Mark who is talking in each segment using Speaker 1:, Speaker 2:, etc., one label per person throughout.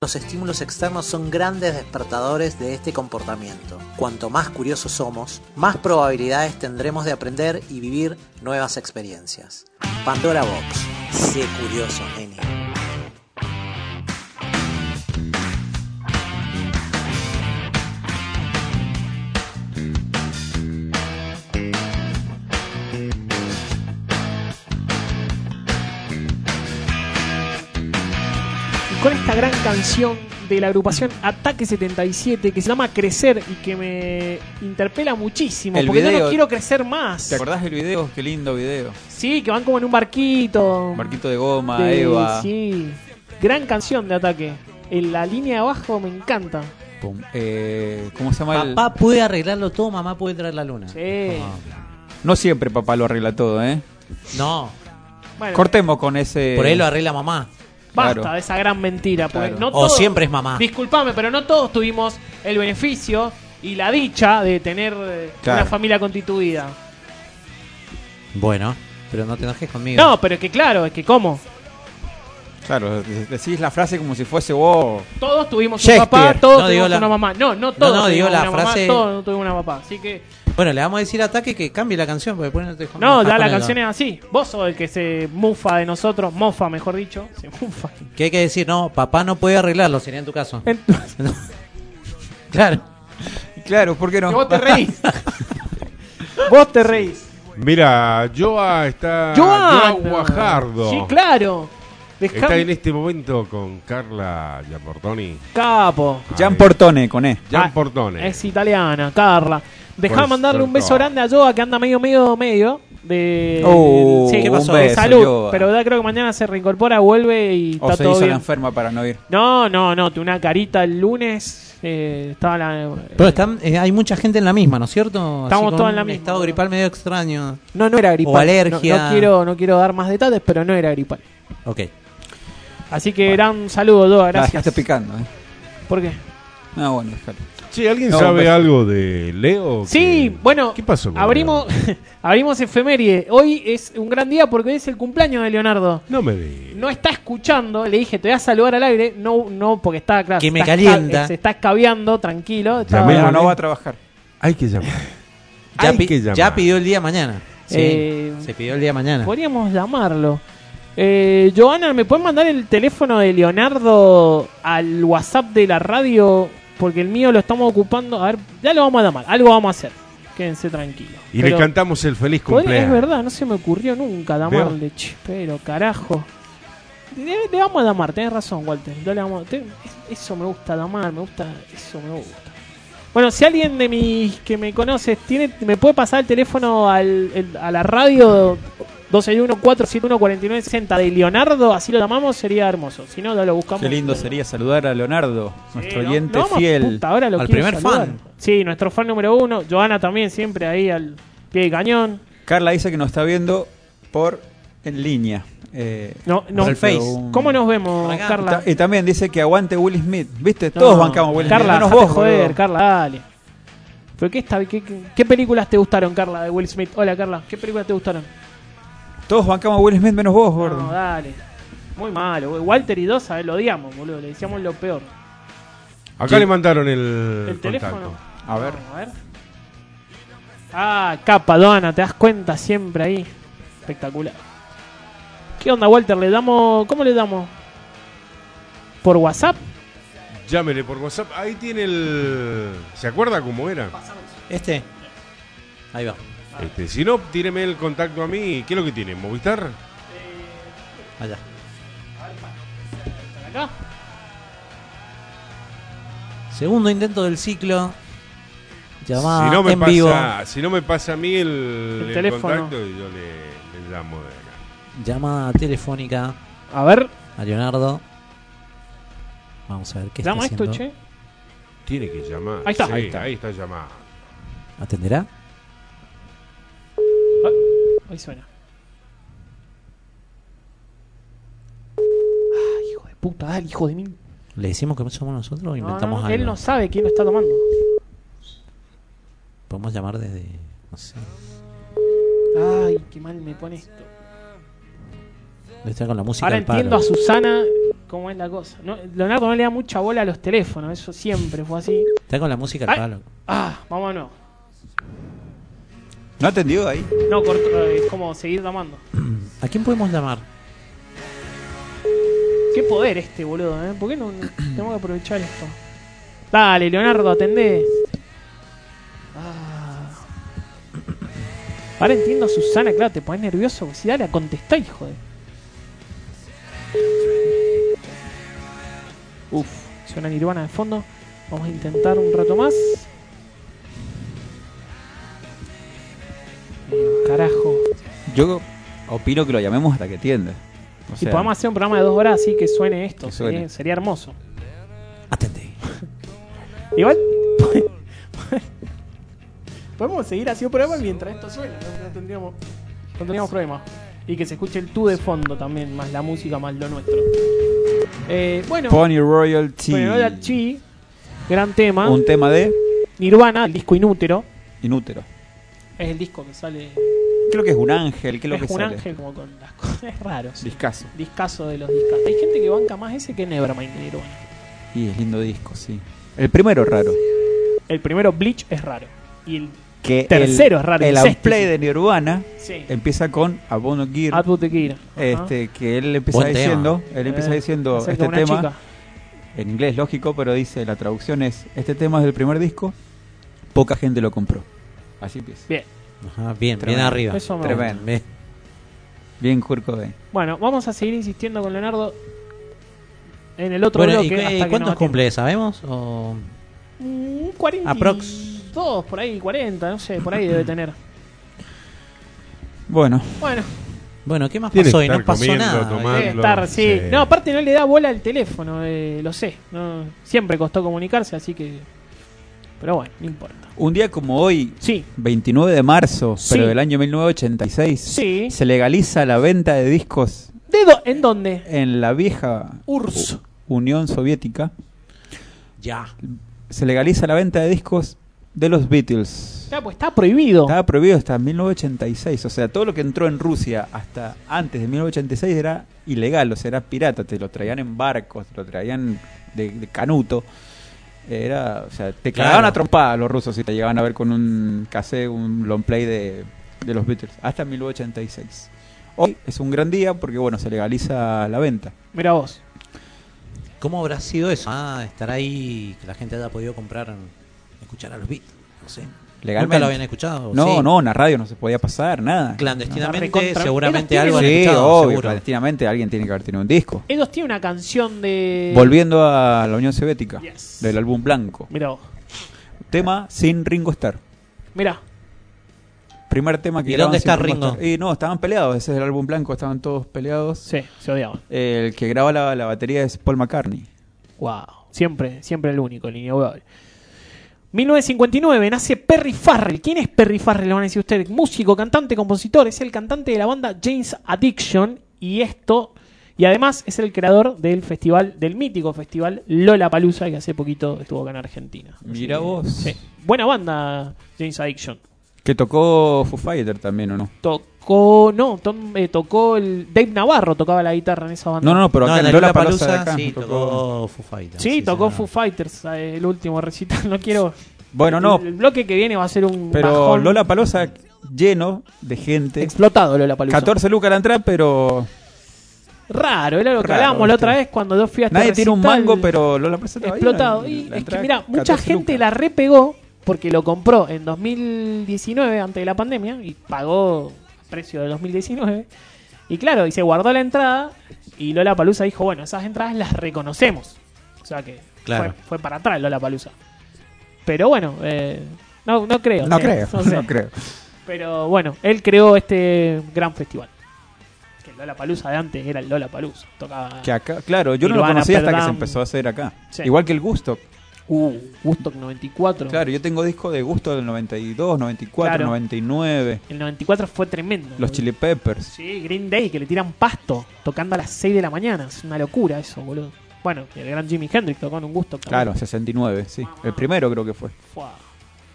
Speaker 1: Los estímulos externos son grandes despertadores de este comportamiento. Cuanto más curiosos somos, más probabilidades tendremos de aprender y vivir nuevas experiencias. Pandora Box. Sé curioso, nene.
Speaker 2: Y con esta gran canción de la agrupación Ataque 77 que se llama Crecer y que me interpela muchísimo
Speaker 3: El
Speaker 2: porque yo no
Speaker 3: video-
Speaker 2: quiero crecer más.
Speaker 3: ¿Te acordás del video? Qué lindo video.
Speaker 2: Sí, que van como en un barquito.
Speaker 3: Marquito de goma,
Speaker 2: Sí,
Speaker 3: Eva.
Speaker 2: Sí. Gran canción de Ataque. En la línea de abajo me encanta.
Speaker 3: Pum. Eh, ¿Cómo se llama el-
Speaker 4: Papá puede arreglarlo todo, mamá puede traer la luna.
Speaker 2: Sí.
Speaker 3: Ah. No siempre papá lo arregla todo, ¿eh?
Speaker 4: No,
Speaker 2: Bueno,
Speaker 3: Cortemos con ese.
Speaker 4: por ahí lo arregla mamá.
Speaker 2: basta
Speaker 3: claro.
Speaker 2: de esa gran mentira. porque
Speaker 3: Claro.
Speaker 2: no
Speaker 4: O
Speaker 2: todos-
Speaker 4: siempre es mamá.
Speaker 2: Disculpame, pero no todos tuvimos el beneficio y la dicha de tener eh,
Speaker 3: Claro.
Speaker 2: una familia constituida.
Speaker 4: Bueno, pero no te enojes conmigo.
Speaker 2: No, pero es que claro, es que cómo.
Speaker 3: Claro, de- decís la frase como si fuese vos.
Speaker 2: Todos tuvimos un
Speaker 4: Shakespeare.
Speaker 2: papá, todos
Speaker 4: No, digo
Speaker 2: tuvimos
Speaker 4: la-
Speaker 2: una mamá. No, no todos.
Speaker 4: no, digo
Speaker 2: tuvimos una
Speaker 4: la
Speaker 2: mamá,
Speaker 4: frase-
Speaker 2: todos no tuvimos una papá. Así que.
Speaker 4: Bueno, le vamos a decir a Ataque que cambie la canción porque pone te
Speaker 2: No, ya
Speaker 4: con
Speaker 2: la
Speaker 4: el-
Speaker 2: canción es así. Vos sos el que se mufa de nosotros, mofa, mejor dicho. Se mufa.
Speaker 4: Que hay que decir, no, papá no puede arreglarlo, sería en tu caso.
Speaker 2: Entonces,
Speaker 4: Claro.
Speaker 3: Claro, ¿por qué no?
Speaker 2: que vos te reís. vos te reís.
Speaker 5: Mira, Joa está.
Speaker 2: Joana.
Speaker 5: Joa Ah, Guajardo.
Speaker 2: Sí, claro. Dejá
Speaker 5: Está en este momento con Carla Giamportoni.
Speaker 2: capo.
Speaker 3: Gian
Speaker 5: Ahí.
Speaker 3: Portone con E.
Speaker 2: Ah,
Speaker 5: Giamportone.
Speaker 2: Es italiana, Carla. Dejá
Speaker 5: Pues,
Speaker 2: mandarle un beso
Speaker 5: no.
Speaker 2: grande a Joa que anda medio, medio, medio. De,
Speaker 3: Oh,
Speaker 2: sí,
Speaker 3: ¿qué pasó?
Speaker 2: de
Speaker 3: Un beso,
Speaker 2: salud.
Speaker 3: Joa.
Speaker 2: Pero ya creo que mañana se reincorpora, vuelve y
Speaker 3: O
Speaker 2: está
Speaker 3: se
Speaker 2: todo
Speaker 3: hizo
Speaker 2: bien.
Speaker 3: la enferma para no ir.
Speaker 2: No, no, no, tuve una carita el lunes. eh, estaba la.
Speaker 4: Pero están, eh, hay mucha gente en la misma, ¿no es cierto? Así
Speaker 2: Estamos
Speaker 4: con
Speaker 2: todos en la
Speaker 4: un
Speaker 2: misma,
Speaker 4: estado
Speaker 2: boludo.
Speaker 4: gripal medio extraño.
Speaker 2: no, no era gripal.
Speaker 4: O alergia.
Speaker 2: No, no quiero, no quiero dar más detalles, pero no era gripal.
Speaker 4: Ok.
Speaker 2: Así que gran saludo, Doa,
Speaker 3: La
Speaker 2: gracias.
Speaker 3: dejaste picando, ¿eh?
Speaker 2: ¿Por qué?
Speaker 3: No, bueno, déjalo.
Speaker 5: Che, ¿alguien
Speaker 3: No,
Speaker 5: sabe
Speaker 3: pues-
Speaker 5: algo de Leo?
Speaker 2: Sí,
Speaker 5: ¿Qué-
Speaker 2: bueno,
Speaker 5: ¿Qué pasó? con
Speaker 2: abrimos,
Speaker 5: Leo?
Speaker 2: abrimos efeméride. Hoy es un gran día porque hoy es el cumpleaños de Leonardo.
Speaker 5: No me di.
Speaker 2: No está escuchando, le dije, te voy a saludar al aire. No, no, porque está, claro,
Speaker 4: Que
Speaker 2: se
Speaker 4: me
Speaker 2: está
Speaker 4: calienta.
Speaker 2: esca- eh, Se está escabeando, tranquilo. estaba-
Speaker 5: Llamé-
Speaker 3: No, no va a trabajar.
Speaker 5: Hay que llamar.
Speaker 4: Ya,
Speaker 5: Hay
Speaker 4: pi-
Speaker 5: que llamar.
Speaker 4: ya pidió el día mañana. Sí,
Speaker 2: Eh,
Speaker 4: se pidió el día mañana.
Speaker 2: Podríamos llamarlo. Eh, Joana, ¿me pueden mandar el teléfono de Leonardo al WhatsApp de la radio? Porque el mío lo estamos ocupando. A ver, ya lo vamos a llamar, algo vamos a hacer. Quédense tranquilos.
Speaker 5: Y
Speaker 2: Pero
Speaker 5: le cantamos el feliz
Speaker 2: podría-
Speaker 5: cumpleaños.
Speaker 2: Es verdad, no se me ocurrió nunca llamarle, che, pero carajo. Le, le vamos a llamar, tenés razón, Walter. ya le vamos a- te- es- eso me gusta llamar, me gusta, eso me gusta. Bueno, si alguien de mis que me conoces tiene, me puede pasar el teléfono al, el- a la radio 261-471-4960 de Leonardo, así lo llamamos, sería hermoso. Si no, ya lo buscamos.
Speaker 3: Qué lindo
Speaker 2: Pero-
Speaker 3: sería saludar a Leonardo,
Speaker 2: Sí,
Speaker 3: nuestro
Speaker 2: no-
Speaker 3: oyente
Speaker 2: no, vamos,
Speaker 3: fiel.
Speaker 2: puta, ahora lo
Speaker 4: Al
Speaker 2: quiero
Speaker 4: primer
Speaker 2: saludar.
Speaker 4: fan.
Speaker 2: Sí, nuestro fan número uno. Joana también, siempre ahí al pie del cañón.
Speaker 3: Carla dice que nos está viendo por en línea. Eh,
Speaker 2: No, no.
Speaker 4: Por el Face.
Speaker 3: un-
Speaker 2: ¿Cómo nos vemos,
Speaker 4: Por acá.
Speaker 3: Y
Speaker 2: Carla?
Speaker 3: ta- Y también dice que aguante Will Smith. ¿Viste? Todos
Speaker 2: No,
Speaker 3: bancamos a Will
Speaker 2: Carla,
Speaker 3: Smith. Menos
Speaker 2: dejate
Speaker 3: vos,
Speaker 2: joder,
Speaker 3: boludo.
Speaker 2: Carla, dale. ¿Pero qué, esta- qué, qué- qué películas te gustaron, Carla, de Will Smith? Hola, Carla, ¿qué películas te gustaron?
Speaker 3: Todos bancamos a Will Smith menos vos, gordo.
Speaker 2: No, dale. Muy malo, güey. Walter y dos, a ver, lo odiamos, boludo. Le decíamos lo peor.
Speaker 5: Acá le mandaron el,
Speaker 2: El teléfono.
Speaker 5: contacto.
Speaker 3: A ver.
Speaker 2: A ver. Ah, capa, Doana, te das cuenta siempre ahí. Espectacular. ¿Qué onda, Walter? ¿Le damos. ¿Cómo le damos? ¿Por WhatsApp?
Speaker 5: Llámele por WhatsApp. Ahí tiene el. ¿Se acuerda cómo era?
Speaker 4: Este. Ahí va.
Speaker 5: Este, si no, tíreme el contacto a mí. ¿Qué es lo que tiene? ¿Movistar?
Speaker 4: Allá.
Speaker 2: Acá.
Speaker 4: Segundo intento del ciclo. Llamada
Speaker 5: si, no me
Speaker 4: en vivo.
Speaker 5: pasa, si no me pasa a mí el, el
Speaker 2: teléfono.
Speaker 5: contacto, yo le, le llamo de acá.
Speaker 4: Llamada telefónica
Speaker 2: A ver,
Speaker 4: a Leonardo. Vamos a ver qué está
Speaker 2: llama esto,
Speaker 4: haciendo.
Speaker 2: che.
Speaker 5: Tiene que llamar.
Speaker 2: Ahí está.
Speaker 5: Sí,
Speaker 4: Ahí está.
Speaker 5: Ahí está llamada.
Speaker 4: ¿Atenderá?
Speaker 2: Ahí suena. Ah, hijo de puta, dale, hijo de mil.
Speaker 4: ¿Le decimos que somos nosotros o
Speaker 2: No,
Speaker 4: inventamos
Speaker 2: no,
Speaker 4: algo?
Speaker 2: Él no sabe quién lo está tomando.
Speaker 4: Podemos llamar desde. No sé.
Speaker 2: Ay, qué mal me pone esto.
Speaker 4: Debe estar con la música.
Speaker 2: Ahora
Speaker 4: al palo.
Speaker 2: entiendo a Susana cómo es la cosa. No, Leonardo no le da mucha bola a los teléfonos, eso siempre fue así.
Speaker 4: Está con la música al
Speaker 2: Ay.
Speaker 4: palo.
Speaker 2: Ah, vámonos.
Speaker 3: ¿No atendió ahí?
Speaker 2: No, corto, eh, es como seguir llamando.
Speaker 4: ¿A quién podemos llamar?
Speaker 2: Qué poder este, boludo, ¿eh? ¿Por qué no no- tenemos que aprovechar esto? Dale, Leonardo, atendé. Ah. Ahora entiendo a Susana, claro, te pones nervioso. porque Si dale, a contestar, hijo de. Uf, suena Nirvana de fondo. Vamos a intentar un rato más. Eh, Carajo.
Speaker 3: Yo opino que lo llamemos hasta que atienda. O
Speaker 2: Si
Speaker 3: sea,
Speaker 2: podemos hacer un programa de dos horas así que suene esto,
Speaker 3: Que
Speaker 2: sería-
Speaker 3: suene.
Speaker 2: sería hermoso.
Speaker 4: Atendé.
Speaker 2: Igual. Podemos seguir haciendo programas mientras esto suena. No, no tendríamos, no tendríamos problema. Y que se escuche el tú de fondo también, más la música, más lo nuestro. Eh, bueno,
Speaker 3: Pony Royalty.
Speaker 2: bueno, era Chi, gran tema.
Speaker 3: Un tema de
Speaker 2: Nirvana, el disco Inútero,
Speaker 3: inútero.
Speaker 2: es el disco que sale.
Speaker 3: Creo que es un ángel, creo
Speaker 2: es
Speaker 3: que
Speaker 2: un
Speaker 3: sale.
Speaker 2: ángel como con las cosas. Es raro. sí.
Speaker 3: Discazo.
Speaker 2: Discazo de los discos. Hay gente que banca más ese que Nevermind de Nirvana.
Speaker 3: Y es lindo disco, sí. El primero raro.
Speaker 2: El primero, Bleach, es raro. Y el.
Speaker 3: Que el-
Speaker 2: Tercero es raro,
Speaker 3: El
Speaker 2: el sexto,
Speaker 3: outplay
Speaker 2: sí.
Speaker 3: de Nirvana
Speaker 2: Sí.
Speaker 3: empieza con A Bono Gear.
Speaker 2: Atwood de Kira. Ajá.
Speaker 3: este, que él empieza
Speaker 4: Buen tema.
Speaker 3: diciendo, él empieza
Speaker 2: Eh,
Speaker 3: diciendo
Speaker 2: acerca
Speaker 3: este
Speaker 2: de una
Speaker 3: tema
Speaker 2: chica.
Speaker 3: en inglés lógico, pero dice la traducción es este tema es del primer disco, poca gente lo compró. Así empieza.
Speaker 2: Bien.
Speaker 4: Ajá, bien, bien
Speaker 3: Tremendo.
Speaker 4: arriba.
Speaker 2: Eso me
Speaker 3: Tremendo.
Speaker 4: Bien.
Speaker 3: Bien Kurt Cobain.
Speaker 2: Bueno, vamos a seguir insistiendo con Leonardo en el otro
Speaker 4: Bueno, ¿y
Speaker 2: bloque.
Speaker 4: cu-
Speaker 2: hasta que
Speaker 4: cuántos
Speaker 2: nos
Speaker 4: cumple? ¿Sabemos? ¿O
Speaker 2: atienda. Mm, 40
Speaker 4: Aprox.
Speaker 2: Dos, por ahí, 40, no sé, por ahí debe tener.
Speaker 3: Bueno,
Speaker 2: Bueno,
Speaker 4: Bueno, ¿qué más
Speaker 5: Tiene que
Speaker 4: pasó? Y
Speaker 5: estar
Speaker 4: no pasó
Speaker 5: comiendo,
Speaker 4: nada.
Speaker 5: tomando.
Speaker 2: debe
Speaker 5: Pablo,
Speaker 2: estar, sí.
Speaker 5: sí.
Speaker 2: No, aparte no le da bola al teléfono, eh, lo sé. No, siempre costó comunicarse, así que. Pero bueno, no importa.
Speaker 3: un día como hoy,
Speaker 2: Sí,
Speaker 3: 29 de marzo,
Speaker 2: Sí.
Speaker 3: pero del año 1986,
Speaker 2: Sí.
Speaker 3: se legaliza la venta de discos
Speaker 2: ¿dedo en dónde?
Speaker 3: en la vieja
Speaker 2: URSS.
Speaker 3: U- Unión Soviética.
Speaker 4: eh. Ya.
Speaker 3: Se legaliza la venta de discos de los Beatles.
Speaker 2: Claro, pues está prohibido.
Speaker 3: Estaba prohibido hasta 1986, o sea, todo lo que entró en Rusia hasta antes de 1986 era ilegal, o sea, era pirata, te lo traían en barcos, te lo traían de, de canuto. Era, o sea, te
Speaker 4: Claro.
Speaker 3: cagaban a trompada los rusos si te llegaban a ver con un cassette, un long play de, de los Beatles, hasta 1986. Hoy es un gran día porque, bueno, se legaliza la venta.
Speaker 2: Mira vos.
Speaker 4: ¿Cómo habrá sido eso? Ah, estar ahí que la gente haya podido comprar, escuchar a los Beats. No sé. Nunca
Speaker 3: Legalmente.
Speaker 4: lo habían escuchado.
Speaker 3: No,
Speaker 4: sí.
Speaker 3: no, en la radio no se podía pasar, nada.
Speaker 4: Clandestinamente,
Speaker 2: No, recontra-
Speaker 4: seguramente
Speaker 2: Era
Speaker 4: algo han
Speaker 3: Sí,
Speaker 4: escuchado.
Speaker 3: obvio,
Speaker 4: seguro.
Speaker 3: clandestinamente alguien tiene que haber tenido un disco.
Speaker 2: Ellos tienen una canción de.
Speaker 3: Volviendo a la Unión Soviética,
Speaker 2: Yes.
Speaker 3: del álbum blanco.
Speaker 2: Mira vos.
Speaker 3: Tema sin Ringo Starr.
Speaker 2: Mira.
Speaker 3: Primer tema que
Speaker 4: ¿Y
Speaker 3: graban
Speaker 4: dónde
Speaker 3: sin
Speaker 4: está Ringo?
Speaker 3: Starr. Y no, estaban peleados. Ese es el álbum blanco, estaban todos peleados.
Speaker 2: Sí, se odiaban.
Speaker 3: El que graba la, la batería es Paul McCartney.
Speaker 2: Wow. Siempre, siempre el único, el inigualable. 1959 nace Perry Farrell. ¿Quién es Perry Farrell? Le van a decir ustedes. Músico, cantante, compositor. Es el cantante de la banda James Addiction. Y esto. Y además es el creador del festival, del mítico festival Lola Palusa, que hace poquito estuvo acá en Argentina.
Speaker 3: Mira vos.
Speaker 2: Sí. Buena banda, James Addiction.
Speaker 3: Que tocó Foo Fighter también, ¿o no?
Speaker 2: Tocó. No, tom- eh, tocó el. Dave Navarro tocaba la guitarra en esa banda.
Speaker 3: No, no, no, pero
Speaker 4: No,
Speaker 3: acá
Speaker 4: en
Speaker 3: en
Speaker 4: la
Speaker 3: Lola
Speaker 4: Lollapalooza,
Speaker 3: Palusa acá.
Speaker 4: sí,
Speaker 3: tocó-
Speaker 4: tocó Foo Fighters.
Speaker 2: Sí, tocó
Speaker 4: señor.
Speaker 2: Foo Fighters, eh, el último recital. No quiero.
Speaker 3: Bueno, no,
Speaker 2: El, el bloque que viene va a ser un.
Speaker 3: pero
Speaker 2: bajón
Speaker 3: Lola Palosa lleno de gente.
Speaker 2: Explotado Lola Palusa.
Speaker 3: 14 lucas la entrada, pero
Speaker 2: Raro, era lo que
Speaker 3: Raro,
Speaker 2: hablábamos la
Speaker 3: ¿viste?
Speaker 2: otra vez cuando yo fui a este
Speaker 3: nadie tiene un
Speaker 2: recital
Speaker 3: mango, pero Lola Palusa estaba ahí,
Speaker 2: Explotado.
Speaker 3: la-
Speaker 2: Y
Speaker 3: la
Speaker 2: es que,
Speaker 3: entrada,
Speaker 2: mira, mucha
Speaker 3: 14
Speaker 2: gente
Speaker 3: lucas.
Speaker 2: la repegó porque lo compró en 2019, antes de la pandemia, y pagó precio de 2019. Y claro, y se guardó la entrada. Y Lola Palusa dijo: Bueno, esas entradas las reconocemos. O sea que
Speaker 4: Claro.
Speaker 2: fue, fue para atrás Lola Palusa. Pero bueno, eh, no, no creo.
Speaker 3: No
Speaker 2: eh,
Speaker 3: creo,
Speaker 2: sé.
Speaker 3: no creo.
Speaker 2: Pero bueno, él creó este gran festival. Que Lola Palusa de antes era el Lola Palusa. Tocaba.
Speaker 3: Que acá, claro, yo no lo
Speaker 2: Nirvana,
Speaker 3: conocía hasta que
Speaker 2: Pearl
Speaker 3: se
Speaker 2: Jam.
Speaker 3: empezó a hacer acá.
Speaker 2: Sí.
Speaker 3: Igual que el gusto.
Speaker 2: Uh, Woodstock 94.
Speaker 3: Claro, yo tengo disco de gusto del 92, 94,
Speaker 2: Claro.
Speaker 3: 99.
Speaker 2: El 94 fue tremendo.
Speaker 3: Los Chili Peppers.
Speaker 2: Sí, Green Day, que le tiran pasto tocando a las 6 de la mañana. Es una locura eso, boludo. Bueno, el gran Jimi Hendrix tocó en un gusto.
Speaker 3: Claro, 69, sí. El primero creo que fue.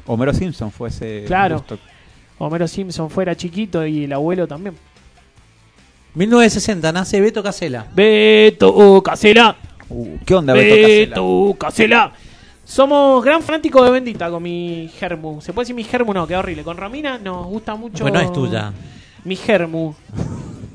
Speaker 3: Homero Simpson fue ese.
Speaker 2: Claro.
Speaker 3: gusto.
Speaker 2: Homero Simpson fuera chiquito y el abuelo también.
Speaker 4: 1960 nace Beto Casela.
Speaker 2: Beto Casela.
Speaker 3: Uh, ¿Qué onda, Beto Casela?
Speaker 2: Beto Casela. Somos gran fanáticos de Bendita con mi Germu. ¿Se puede decir mi Germu? No, qué horrible. Con Romina nos gusta mucho.
Speaker 4: Bueno, es tuya.
Speaker 2: Mi Germu.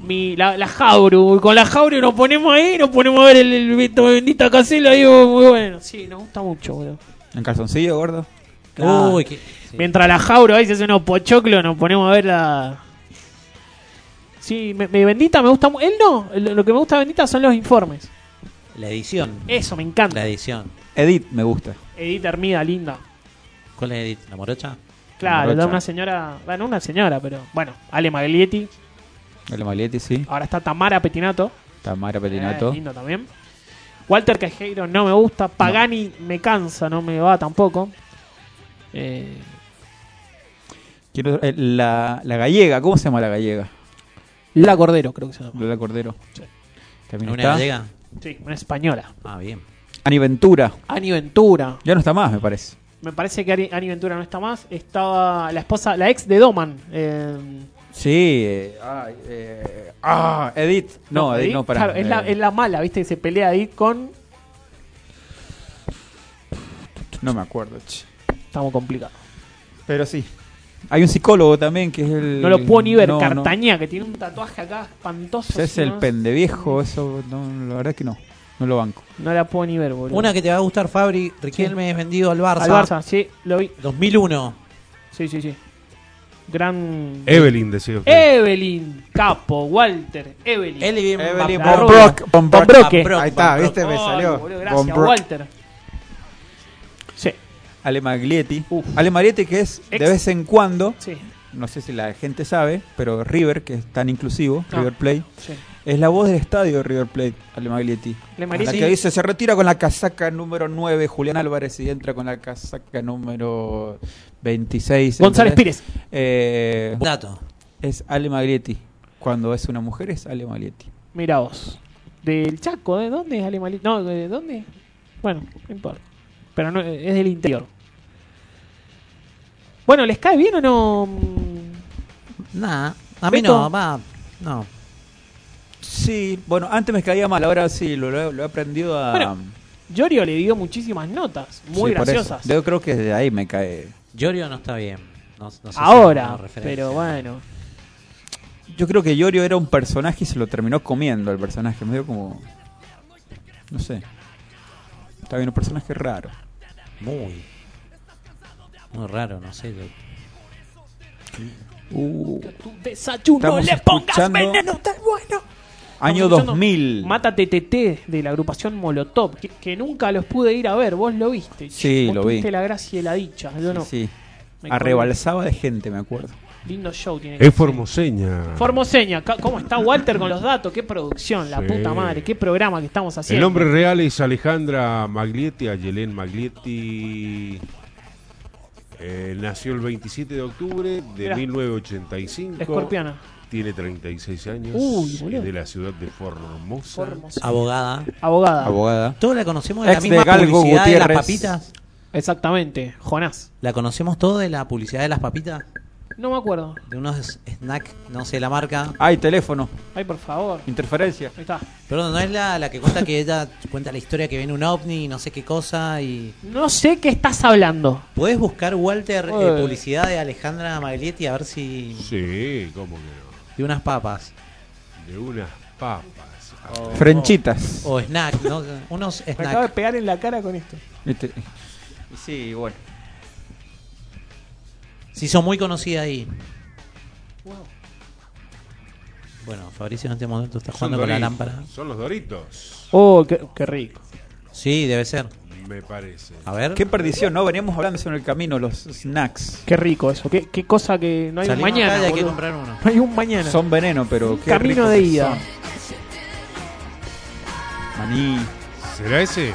Speaker 2: Mi, la, la Jauru. Con la Jauru nos ponemos ahí, nos ponemos a ver el, el Beto Bendita Casela. Y oh, muy bueno. Sí, nos gusta mucho, boludo.
Speaker 3: ¿En calzoncillo, gordo?
Speaker 2: Claro.
Speaker 4: Uy, qué-
Speaker 2: Mientras la Jauro ahí se hace unos pochoclos, nos ponemos a ver la. Sí, me, me- Bendita me gusta. mu- Él no. Lo, lo que me gusta de Bendita son los informes.
Speaker 4: La edición.
Speaker 2: Eso me encanta.
Speaker 4: La edición.
Speaker 3: Edith me gusta.
Speaker 2: Edith Hermida, linda.
Speaker 4: ¿Cuál es Edith? ¿La morocha?
Speaker 2: Claro,
Speaker 3: Morocha.
Speaker 2: da una señora. Bueno, una señora, pero. Bueno, Ale Maglietti.
Speaker 3: El Maglietti, sí.
Speaker 2: Ahora está Tamara Petinato.
Speaker 3: Tamara
Speaker 2: Eh,
Speaker 3: Pelinato.
Speaker 2: lindo también. Walter Cajeiro no me gusta. Pagani me cansa, no me va tampoco. Eh,
Speaker 3: Quiero- eh, la, la gallega, ¿cómo se llama la gallega?
Speaker 2: la Cordero, creo que se llama.
Speaker 3: Lola Cordero.
Speaker 2: Sí.
Speaker 3: También
Speaker 4: ¿Una
Speaker 3: está.
Speaker 4: gallega?
Speaker 2: Sí, una española.
Speaker 4: Ah, bien.
Speaker 3: Ani Ventura.
Speaker 2: Ani Ventura.
Speaker 3: Ya no está más, me parece.
Speaker 2: Me parece que Ari- Ani Ventura no está más. Estaba la esposa, la ex de Doman. eh,
Speaker 3: Sí. eh, ay, eh, ah, Edith. No, Edith, no, Eh, para.
Speaker 2: Claro, es, la, es la mala, ¿viste? Que se pelea ahí con.
Speaker 3: No me acuerdo, che.
Speaker 2: Estamos complicados.
Speaker 3: Pero sí. Hay un psicólogo también que es el.
Speaker 2: Eh, No lo puedo ni ver.
Speaker 3: no, no.
Speaker 2: Cartañá, que tiene un tatuaje acá espantoso.
Speaker 3: Es
Speaker 2: así,
Speaker 3: el
Speaker 2: ¿no?
Speaker 3: pendeviejo, eso. No, la verdad que no. No lo banco.
Speaker 2: No la puedo ni ver, boludo.
Speaker 4: Una que te va a gustar, Fabri. Riquelme es vendido al Barça.
Speaker 2: Al Barça, sí, lo vi.
Speaker 4: 2001.
Speaker 2: Sí, sí, sí. Gran.
Speaker 3: Eh.
Speaker 5: Evelyn decía usted.
Speaker 2: Eh, Evelyn, Capo, Walter, Evelyn.
Speaker 4: Evelyn,
Speaker 3: Evelyn
Speaker 2: Van
Speaker 3: Von
Speaker 2: Broek.
Speaker 3: Brock-
Speaker 2: Von
Speaker 3: Von Brock.
Speaker 2: Broque.
Speaker 4: Brock,
Speaker 3: Ahí está,
Speaker 4: Van Broek.
Speaker 3: viste, me
Speaker 2: Ay,
Speaker 3: salió.
Speaker 2: boludo,
Speaker 3: Von
Speaker 2: gracias,
Speaker 3: Brock.
Speaker 2: Walter. Sí,
Speaker 3: Ale Maglietti.
Speaker 2: Uf.
Speaker 3: Ale Maglietti que es de
Speaker 2: Ex-
Speaker 3: vez en cuando,
Speaker 2: sí,
Speaker 3: no sé si la gente sabe, pero River, que es tan inclusivo,
Speaker 2: Ah.
Speaker 3: River Plate,
Speaker 2: sí.
Speaker 3: es la voz del estadio de River Plate, Ale Maglietti.
Speaker 2: Le
Speaker 3: La
Speaker 2: Maglietti-
Speaker 3: que dice, se retira con la casaca número 9 Julián Álvarez y entra con la casaca número 26.
Speaker 2: González
Speaker 3: ¿entendés?
Speaker 2: Pires.
Speaker 3: Eh,
Speaker 4: Buen Dato.
Speaker 3: es Ale Maglietti. Cuando es una mujer es Ale Maglietti.
Speaker 2: Mirá vos. Del Chaco, ¿de dónde es Alemali? No, ¿de dónde? Bueno, no importa. Pero no, es del interior. Bueno, ¿les cae bien o no? Mm,
Speaker 4: Nah, a mí
Speaker 2: Beto.
Speaker 4: no, va. No.
Speaker 3: Sí, bueno, antes me caía mal, ahora sí, lo, lo he- lo he aprendido a...
Speaker 2: Bueno, Llorio le dio muchísimas notas, muy
Speaker 3: Sí, por eso.
Speaker 2: graciosas.
Speaker 3: Yo creo que desde ahí me cae...
Speaker 4: Llorio no está bien. No, no sé si es una
Speaker 2: Ahora,
Speaker 4: referencia.
Speaker 2: pero bueno.
Speaker 3: Yo creo que Yorio era un personaje y se lo terminó comiendo el personaje. Medio como. No sé. Está bien, un personaje raro.
Speaker 4: Muy. Muy raro, no sé. yo-
Speaker 3: Uh,
Speaker 2: Tu desayuno
Speaker 3: Estamos
Speaker 2: le pongas
Speaker 3: escuchando-
Speaker 2: veneno tan bueno.
Speaker 3: año
Speaker 2: Estamos escuchando
Speaker 3: 2000.
Speaker 2: Mátate TT de la agrupación Molotov, que, que nunca los pude ir a ver. Vos lo viste.
Speaker 3: Sí,
Speaker 2: Vos
Speaker 3: lo vi.
Speaker 2: tuviste la gracia y la dicha. Yo no.
Speaker 3: Sí.
Speaker 2: Me
Speaker 3: Arrebalsaba de gente, me acuerdo.
Speaker 2: Lindo show tiene. que
Speaker 5: Es
Speaker 2: ser.
Speaker 5: formoseña.
Speaker 2: Formoseña, ca- ¿cómo está Walter con los datos? Qué producción, la
Speaker 5: Sí.
Speaker 2: puta madre, qué programa que estamos haciendo.
Speaker 5: El nombre real es Alejandra Maglietti, Ayelén Maglietti. Eh, nació el 27 de octubre de
Speaker 2: Mirá.
Speaker 5: 1985.
Speaker 2: Escorpiana.
Speaker 5: Tiene 36 años.
Speaker 2: Uy,
Speaker 5: es
Speaker 2: boludo.
Speaker 5: de la ciudad de Formosa.
Speaker 2: Formoseña.
Speaker 4: Abogada.
Speaker 2: Abogada.
Speaker 3: Abogada.
Speaker 4: Todos la conocemos de la
Speaker 3: Ex de
Speaker 4: misma
Speaker 3: Galgo
Speaker 4: publicidad de las
Speaker 3: Gutiérrez.
Speaker 4: papitas.
Speaker 2: Exactamente, Jonás.
Speaker 4: La conocemos todos de la publicidad de las papitas.
Speaker 2: No me acuerdo.
Speaker 4: De unos snacks, no sé la marca.
Speaker 3: Ay, teléfono.
Speaker 2: Ay, por favor. Ahí
Speaker 3: Interferencia.
Speaker 2: está.
Speaker 4: Pero no es la, la que cuenta que ella cuenta la historia que viene un ovni y no sé qué cosa y...
Speaker 2: No sé qué estás hablando.
Speaker 4: ¿Podés buscar, Walter, eh,
Speaker 2: Uy.
Speaker 4: publicidad de Alejandra Maglietti a ver si...
Speaker 5: Sí, cómo que
Speaker 4: De unas papas.
Speaker 5: no. De unas papas.
Speaker 2: Oh.
Speaker 3: Frenchitas.
Speaker 4: O snack, ¿no? Unos snacks.
Speaker 2: Me acabo de pegar en la cara con esto.
Speaker 3: Viste. Este, Sí, bueno.
Speaker 4: Se hizo muy conocida ahí. Bueno, Fabricio en este momento está
Speaker 5: Son
Speaker 4: jugando con la
Speaker 5: Doritos.
Speaker 4: lámpara.
Speaker 5: Son los doritos,
Speaker 2: Oh, qué, qué rico.
Speaker 4: Sí, debe ser.
Speaker 5: me parece.
Speaker 2: Ah.
Speaker 4: A ver.
Speaker 3: Qué perdición, ¿no? Veníamos hablando sobre el camino, los snacks.
Speaker 2: Qué rico eso. Qué, qué cosa que no hay un
Speaker 4: Salimos
Speaker 2: mañana.
Speaker 4: acá y hay que
Speaker 2: boludo.
Speaker 4: comprar uno.
Speaker 2: No hay un mañana.
Speaker 3: Son veneno, pero
Speaker 2: un
Speaker 3: qué
Speaker 2: camino
Speaker 3: ricos
Speaker 2: de
Speaker 3: que
Speaker 2: ida.
Speaker 3: son. Maní.
Speaker 5: ¿Será ese?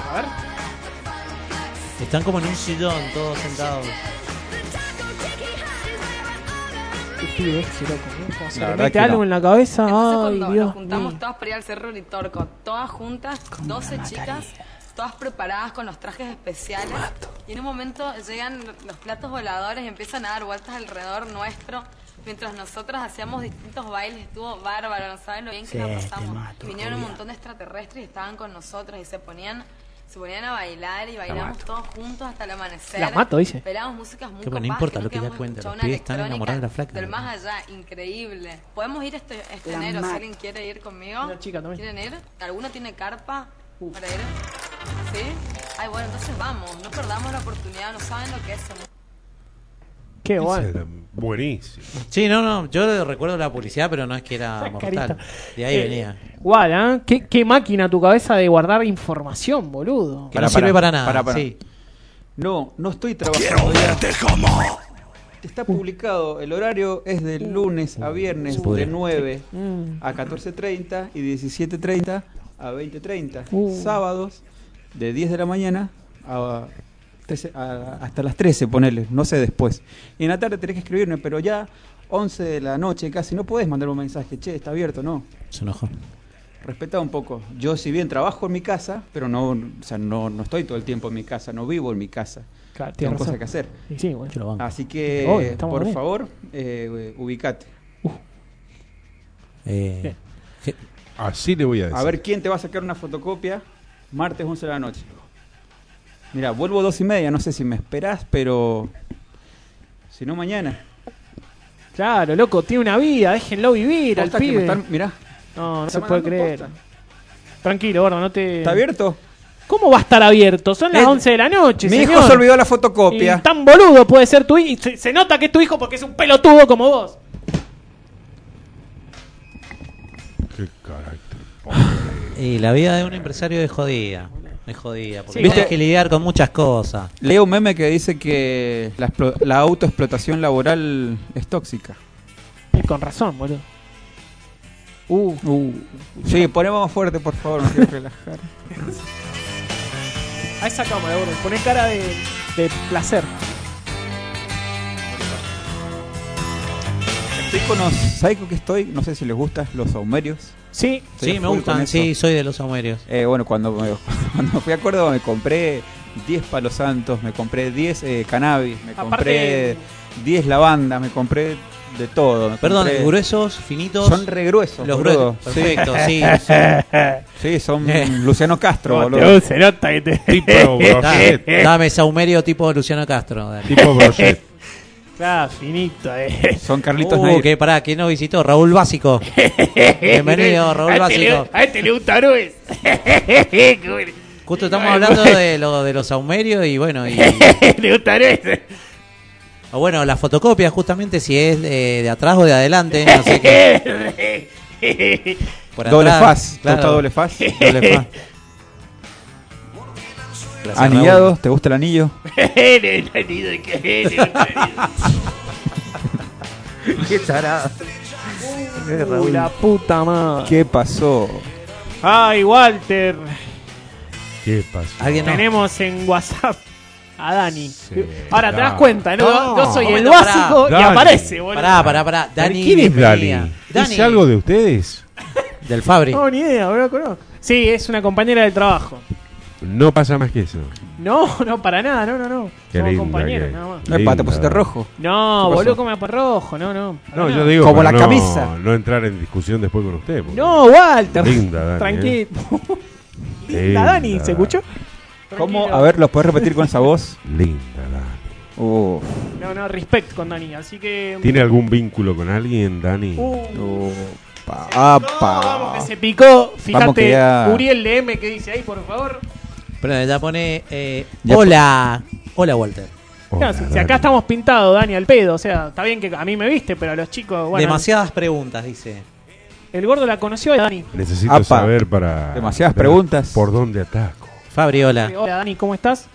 Speaker 4: Están como en un sillón, todos sentados.
Speaker 2: Qué pibe este, loco, ¿no? Como se
Speaker 3: La
Speaker 2: le
Speaker 3: verdad
Speaker 2: mete
Speaker 3: que
Speaker 2: algo
Speaker 3: no.
Speaker 2: en la cabeza.
Speaker 6: Entonces
Speaker 2: Ay,
Speaker 6: cuando
Speaker 2: Dios
Speaker 6: nos juntamos
Speaker 2: mío.
Speaker 6: todas para ir al Cerro Litorco, todas juntas, 12 chicas, todas preparadas con los trajes especiales. Y en un momento llegan los platos voladores y empiezan a dar vueltas alrededor nuestro. Mientras nosotras hacíamos distintos bailes, estuvo bárbaro, no saben lo bien que
Speaker 7: Sí,
Speaker 6: la
Speaker 7: te
Speaker 6: pasamos.
Speaker 7: mato,
Speaker 6: Vinieron un
Speaker 7: Julia.
Speaker 6: montón de extraterrestres y estaban con nosotros y se ponían, se ponían a bailar y bailamos todos juntos hasta el amanecer.
Speaker 2: La mato, dice.
Speaker 6: Bailábamos músicas muy
Speaker 4: Que bueno, no
Speaker 6: copadas
Speaker 4: importa lo
Speaker 6: no
Speaker 4: que ya
Speaker 6: quedamos
Speaker 4: cuenta, los
Speaker 6: escuchando, una
Speaker 4: pibes están
Speaker 6: electrónica
Speaker 4: enamorados de la flaca,
Speaker 6: Del
Speaker 4: ¿no?
Speaker 6: más allá, increíble. Podemos ir este, este
Speaker 7: La
Speaker 6: enero, si
Speaker 7: mato.
Speaker 6: alguien quiere ir conmigo.
Speaker 2: Una chica también.
Speaker 6: ¿Quieren ir? ¿Alguno tiene carpa
Speaker 2: Uf.
Speaker 6: para ir? ¿Sí? Ay, bueno, entonces vamos, no perdamos la oportunidad, no saben lo que es.
Speaker 2: Qué
Speaker 5: Esa
Speaker 2: bueno.
Speaker 5: era Buenísimo.
Speaker 4: Sí, no, no, yo recuerdo la publicidad, pero no es que era
Speaker 2: Esa
Speaker 4: mortal.
Speaker 2: carita.
Speaker 4: De ahí
Speaker 2: Eh,
Speaker 4: venía.
Speaker 2: Guad, ¿eh? ¿Qué, qué máquina tu cabeza de guardar información, boludo.
Speaker 4: Que
Speaker 3: Pará,
Speaker 4: no
Speaker 3: pará,
Speaker 4: sirve para nada.
Speaker 3: pará, pará.
Speaker 4: Sí.
Speaker 3: No, no estoy trabajando. Está publicado, el horario es de lunes a viernes
Speaker 4: pudre.
Speaker 3: de 9
Speaker 2: Mm.
Speaker 3: a 14.30 y 17.30 a 20.30.
Speaker 2: Uh.
Speaker 3: Sábados de 10 de la mañana a 13 a- hasta las 13, ponele, no sé después. Y en la tarde tenés que escribirme, pero ya 11 de la noche casi, no podés mandar un mensaje, che, está abierto, no.
Speaker 4: Se enojó.
Speaker 3: Respetá un poco. Yo si bien trabajo en mi casa, pero no, o sea, no, no estoy todo el tiempo en mi casa, no vivo en mi casa.
Speaker 2: Claro,
Speaker 3: Tengo
Speaker 2: tenés
Speaker 3: cosas
Speaker 2: razón.
Speaker 3: que hacer.
Speaker 2: Y sí, bueno.
Speaker 4: Yo lo banco.
Speaker 3: Así que,
Speaker 2: Obvio, estamos
Speaker 3: por
Speaker 2: bien.
Speaker 3: favor, eh, ubicate.
Speaker 4: Eh, je-
Speaker 5: Así le voy a decir.
Speaker 3: A ver quién te va a sacar una fotocopia martes 11 de la noche. Mira, vuelvo dos y media, no sé si me esperás, pero si no mañana.
Speaker 2: Claro, loco, tiene una vida, déjenlo vivir al
Speaker 3: Posta que me
Speaker 2: pibe. Eh.
Speaker 3: están- mirá,
Speaker 2: No, no
Speaker 3: está
Speaker 2: se puede
Speaker 3: mandando
Speaker 2: creer.
Speaker 3: posta.
Speaker 2: Tranquilo, gordo, no te.
Speaker 3: ¿Está abierto?
Speaker 2: ¿Cómo va a estar abierto? Son las
Speaker 3: Eh,
Speaker 2: 11 de la noche.
Speaker 3: Mi hijo
Speaker 2: señor.
Speaker 3: se olvidó la
Speaker 2: Y
Speaker 3: fotocopia.
Speaker 2: tan boludo puede ser tu hijo. Se, se nota que es tu hijo porque es un pelotudo como vos.
Speaker 5: Qué carácter.
Speaker 4: y la vida de un empresario es jodida. Es jodida. Porque
Speaker 2: Sí,
Speaker 4: tenés
Speaker 3: ¿viste?
Speaker 4: que lidiar con muchas cosas.
Speaker 3: Leo un meme que dice que la, explo- la autoexplotación laboral es tóxica.
Speaker 2: Y con razón, boludo. Uh,
Speaker 3: Uh, sí, ponemos más fuerte, por favor, me quiero relajar.
Speaker 2: a esa cámara, gordo. Poné cara de, de placer.
Speaker 3: Estoy con los psycho que estoy, no sé si les gustan los saumerios.
Speaker 2: Sí,
Speaker 3: Estoy
Speaker 4: Sí,
Speaker 3: a full
Speaker 4: me
Speaker 3: con
Speaker 4: gustan.
Speaker 3: eso.
Speaker 4: Sí, soy de los somerios.
Speaker 3: Eh, bueno, cuando, me- cuando fui a Córdoba me compré 10 palos santos, me compré 10 eh, cannabis, me
Speaker 2: Aparte-
Speaker 3: compré 10 lavandas, me compré de todo. me
Speaker 4: Perdón,
Speaker 3: compré-
Speaker 4: gruesos, finitos.
Speaker 3: Son re gruesos,
Speaker 4: los
Speaker 3: boludo.
Speaker 4: gruesos. Perfecto, sí. sí.
Speaker 3: Sí, sí, son
Speaker 4: Eh.
Speaker 3: Luciano Castro,
Speaker 8: No,
Speaker 3: boludo.
Speaker 8: se nota que te...
Speaker 5: Tipo
Speaker 4: Da-
Speaker 5: brochet.
Speaker 4: Dame saumerio tipo Luciano Castro. dale.
Speaker 5: tipo brochet.
Speaker 8: Está finito, eh.
Speaker 3: Son Carlitos
Speaker 4: Uh,
Speaker 3: Nair.
Speaker 4: que pará, ¿quién nos visitó? Raúl Básico. Bienvenido,
Speaker 8: a,
Speaker 4: Raúl
Speaker 8: este
Speaker 4: Básico.
Speaker 8: le, a este le gusta Bruce. Qué bueno.
Speaker 4: Justo estamos hablando de, lo, de los saumerios y bueno, y,
Speaker 8: le gusta Bruce.
Speaker 4: o bueno, la fotocopia justamente si es eh, de atrás o de adelante, no sé qué. Por
Speaker 3: Doble faz,
Speaker 4: atrás,
Speaker 3: ¿te gusta doble faz?
Speaker 4: Doble faz. Gracias,
Speaker 3: Anillados, ¿te gusta el anillo?
Speaker 8: El anillo de que- le gusta Bruce.
Speaker 2: Uy, la puta
Speaker 4: Ah.
Speaker 2: madre.
Speaker 3: ¿Qué pasó?
Speaker 2: Ay, Walter.
Speaker 5: ¿Qué pasó?
Speaker 4: Raúl. Alguien no.
Speaker 2: Tenemos en WhatsApp a Dani.
Speaker 5: Sí,
Speaker 2: Ahora te das
Speaker 5: Dani.
Speaker 2: cuenta, ¿no?
Speaker 4: No.
Speaker 2: Yo soy el
Speaker 4: Momento,
Speaker 2: básico y
Speaker 5: Dani.
Speaker 2: aparece, boludo.
Speaker 4: Pará, pará, pará. Dani.
Speaker 5: ¿Quién es Dani?
Speaker 4: bienvenida. Dani,
Speaker 5: ¿Dice algo de ustedes?
Speaker 4: del Fabri.
Speaker 2: No, ni idea, boludo. ¿cómo? Sí, es una compañera del trabajo.
Speaker 5: No pasa más que eso.
Speaker 2: No, no, para nada, no, no, no.
Speaker 5: Qué
Speaker 2: Somos
Speaker 5: linda
Speaker 2: compañeros,
Speaker 5: que-
Speaker 2: nada más.
Speaker 5: linda.
Speaker 3: Epa, te pusiste rojo.
Speaker 2: No,
Speaker 3: ¿Qué
Speaker 2: boludo,
Speaker 3: pasó?
Speaker 2: come a rojo, no, no. para
Speaker 5: No,
Speaker 2: nada.
Speaker 5: yo digo
Speaker 3: Como
Speaker 5: para
Speaker 3: la
Speaker 5: no-
Speaker 3: camisa.
Speaker 5: No entrar en discusión después con usted. porque-
Speaker 2: No, Walter.
Speaker 5: Linda, Dani, ¿eh?
Speaker 2: Tranquilo.
Speaker 5: Linda.
Speaker 2: Linda, Dani, ¿se escuchó?
Speaker 3: ¿Cómo?
Speaker 2: Tranquilo.
Speaker 3: A ver, ¿los podés repetir con esa voz?
Speaker 5: Linda, Dani.
Speaker 3: Uf.
Speaker 2: No, no, respect con Dani, así que.
Speaker 5: ¿Tiene algún vínculo con alguien, Dani?
Speaker 2: Uh,
Speaker 3: Opa,
Speaker 2: Vamos,
Speaker 3: apa.
Speaker 2: que se picó.
Speaker 3: Vamos que
Speaker 2: Fíjate,
Speaker 3: ya-
Speaker 2: Uriel DM que dice ahí, por favor.
Speaker 4: Pero ya pone. eh,
Speaker 3: Ya
Speaker 4: hola. Hola, Walter.
Speaker 5: Hola,
Speaker 2: Claro, si- si
Speaker 5: Dani.
Speaker 2: acá estamos pintados, Dani, al pedo. O sea, está bien que a mí me viste, pero a los chicos. Bueno,
Speaker 4: Demasiadas preguntas, dice.
Speaker 2: El gordo la conoció a Dani.
Speaker 5: Necesito
Speaker 3: Apa.
Speaker 5: saber para...
Speaker 3: Demasiadas
Speaker 5: ver
Speaker 3: preguntas.
Speaker 5: ¿Por dónde ataco?
Speaker 4: Fabri,
Speaker 3: Ah.
Speaker 4: hola.
Speaker 2: Hola, Dani, ¿cómo estás?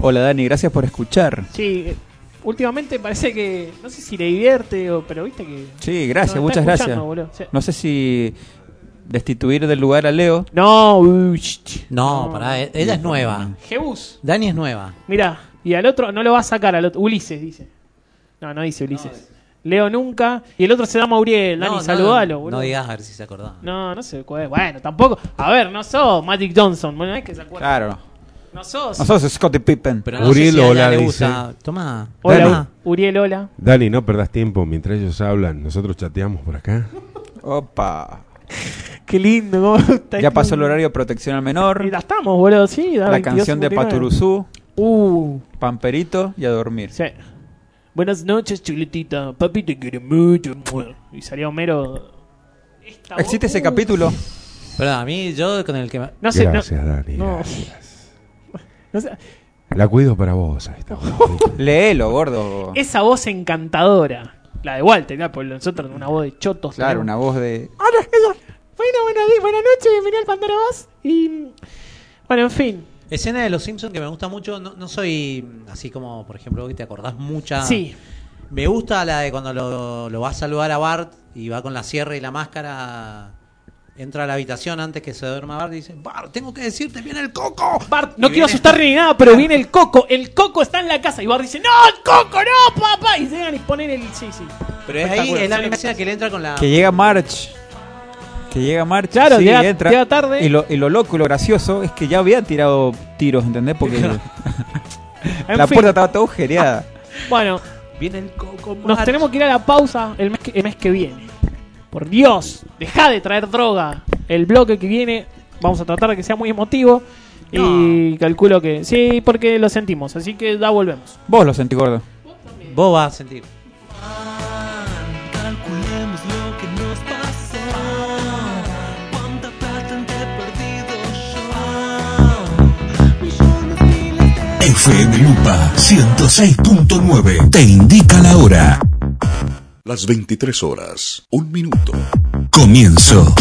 Speaker 3: Hola Dani, gracias por escuchar.
Speaker 2: Sí, eh, últimamente parece que. No sé si le divierte, o, pero viste que.
Speaker 3: Sí, gracias,
Speaker 2: Nos está
Speaker 3: muchas gracias.
Speaker 2: escuchando, boludo. Sí.
Speaker 3: No sé si destituir del lugar a Leo.
Speaker 2: No, uy, ch, ch.
Speaker 4: No, pará, e- ella es nueva.
Speaker 2: Jebus.
Speaker 4: Dani es nueva.
Speaker 2: Mirá, y al otro no lo va a sacar, al otro. Ulises dice. No, no dice Ulises. Leo nunca. Y el otro se llama Uriel. Dani,
Speaker 4: no,
Speaker 2: saludalo,
Speaker 4: no,
Speaker 2: boludo.
Speaker 4: No digas a ver si se acordaba.
Speaker 2: No, no se acuerda. Bueno, tampoco. A ver, no sos Magic Johnson. Bueno, no es que se acuerda.
Speaker 3: Claro.
Speaker 2: No sos.
Speaker 3: Nosotros Scottie Pippen.
Speaker 4: Pero no
Speaker 5: Uriel,
Speaker 4: sé si a ella
Speaker 5: hola,
Speaker 4: le
Speaker 5: dice.
Speaker 4: gusta. Toma.
Speaker 2: Hola,
Speaker 4: Toma.
Speaker 2: Uri. Uriel Ola.
Speaker 5: Dani, no perdas tiempo mientras ellos hablan. Nosotros chateamos por acá.
Speaker 3: Opa.
Speaker 2: Qué lindo, ¿cómo está este
Speaker 3: Ya
Speaker 2: esto?
Speaker 3: pasó el horario de protección al menor.
Speaker 2: Y la estamos, boludo, sí. da
Speaker 3: La
Speaker 2: 22,
Speaker 3: canción de
Speaker 2: 59.
Speaker 3: Paturuzú,
Speaker 2: Uh,
Speaker 3: Pamperito y a dormir.
Speaker 2: sí. Buenas noches, chuletita. Papi te quiere mucho. Y salió Homero. Esta voz-
Speaker 3: ¿Existe ese
Speaker 2: Uh,
Speaker 3: capítulo?
Speaker 4: Pero a mí, yo con el que. me-
Speaker 2: No sé, no-
Speaker 5: gracias, Dani.
Speaker 2: no.
Speaker 5: gracias.
Speaker 2: no sé.
Speaker 5: La cuido para vos. Ahí está.
Speaker 3: Léelo, gordo.
Speaker 2: Esa voz encantadora. La de Walter, ¿no? porque nosotros una voz de chotos.
Speaker 3: Claro,
Speaker 2: tenemos.
Speaker 3: una voz de.
Speaker 2: Hola, ¿qué tal? Bueno, buenas, di- buenas noches, bienvenido al Pandora Voz. Y. mm, Bueno, en fin.
Speaker 4: Escena de Los Simpsons que me gusta mucho. No, no soy así como, por ejemplo, que te acordás mucha.
Speaker 2: Sí.
Speaker 4: Me gusta la de cuando lo, lo va a saludar a Bart y va con la sierra y la máscara. Entra a la habitación antes que se duerma Bart y dice: Bart, tengo que decirte, viene el coco.
Speaker 2: Bart, no quiero asustar ni nada, pero viene el coco. El coco está en la casa. Y Bart dice: ¡No, el coco, no, papá! Y llegan y ponen el. Sí, sí.
Speaker 4: Pero es ahí,
Speaker 2: Espectacular.
Speaker 4: es la misma escena que le entra con la.
Speaker 3: Que llega March. Que llega March.
Speaker 2: Claro,
Speaker 3: sí,
Speaker 2: llega-
Speaker 3: entra.
Speaker 2: llega tarde.
Speaker 3: Y lo, y lo loco, y lo gracioso es que ya había tirado tiros, ¿entendés? Porque
Speaker 2: En
Speaker 3: la
Speaker 2: fin,
Speaker 3: puerta estaba toda agujereada.
Speaker 2: Bueno,
Speaker 4: Viene el coco.
Speaker 2: nos tenemos que ir a la pausa el mes que, el mes que viene. Por Dios, deja de traer droga. El bloque que viene, vamos a tratar de que sea muy emotivo. Y calculo que. Sí, porque lo sentimos. Así que ya volvemos.
Speaker 3: Vos lo sentí, gordo.
Speaker 4: Vos vas a sentir.
Speaker 7: Calculemos lo que nos pasó. Cuánta plata te he perdido yo. Millones, miles de
Speaker 9: FM Lupa 106.9 te indica la hora.
Speaker 10: Las 23 horas, un minuto.
Speaker 9: Comienzo.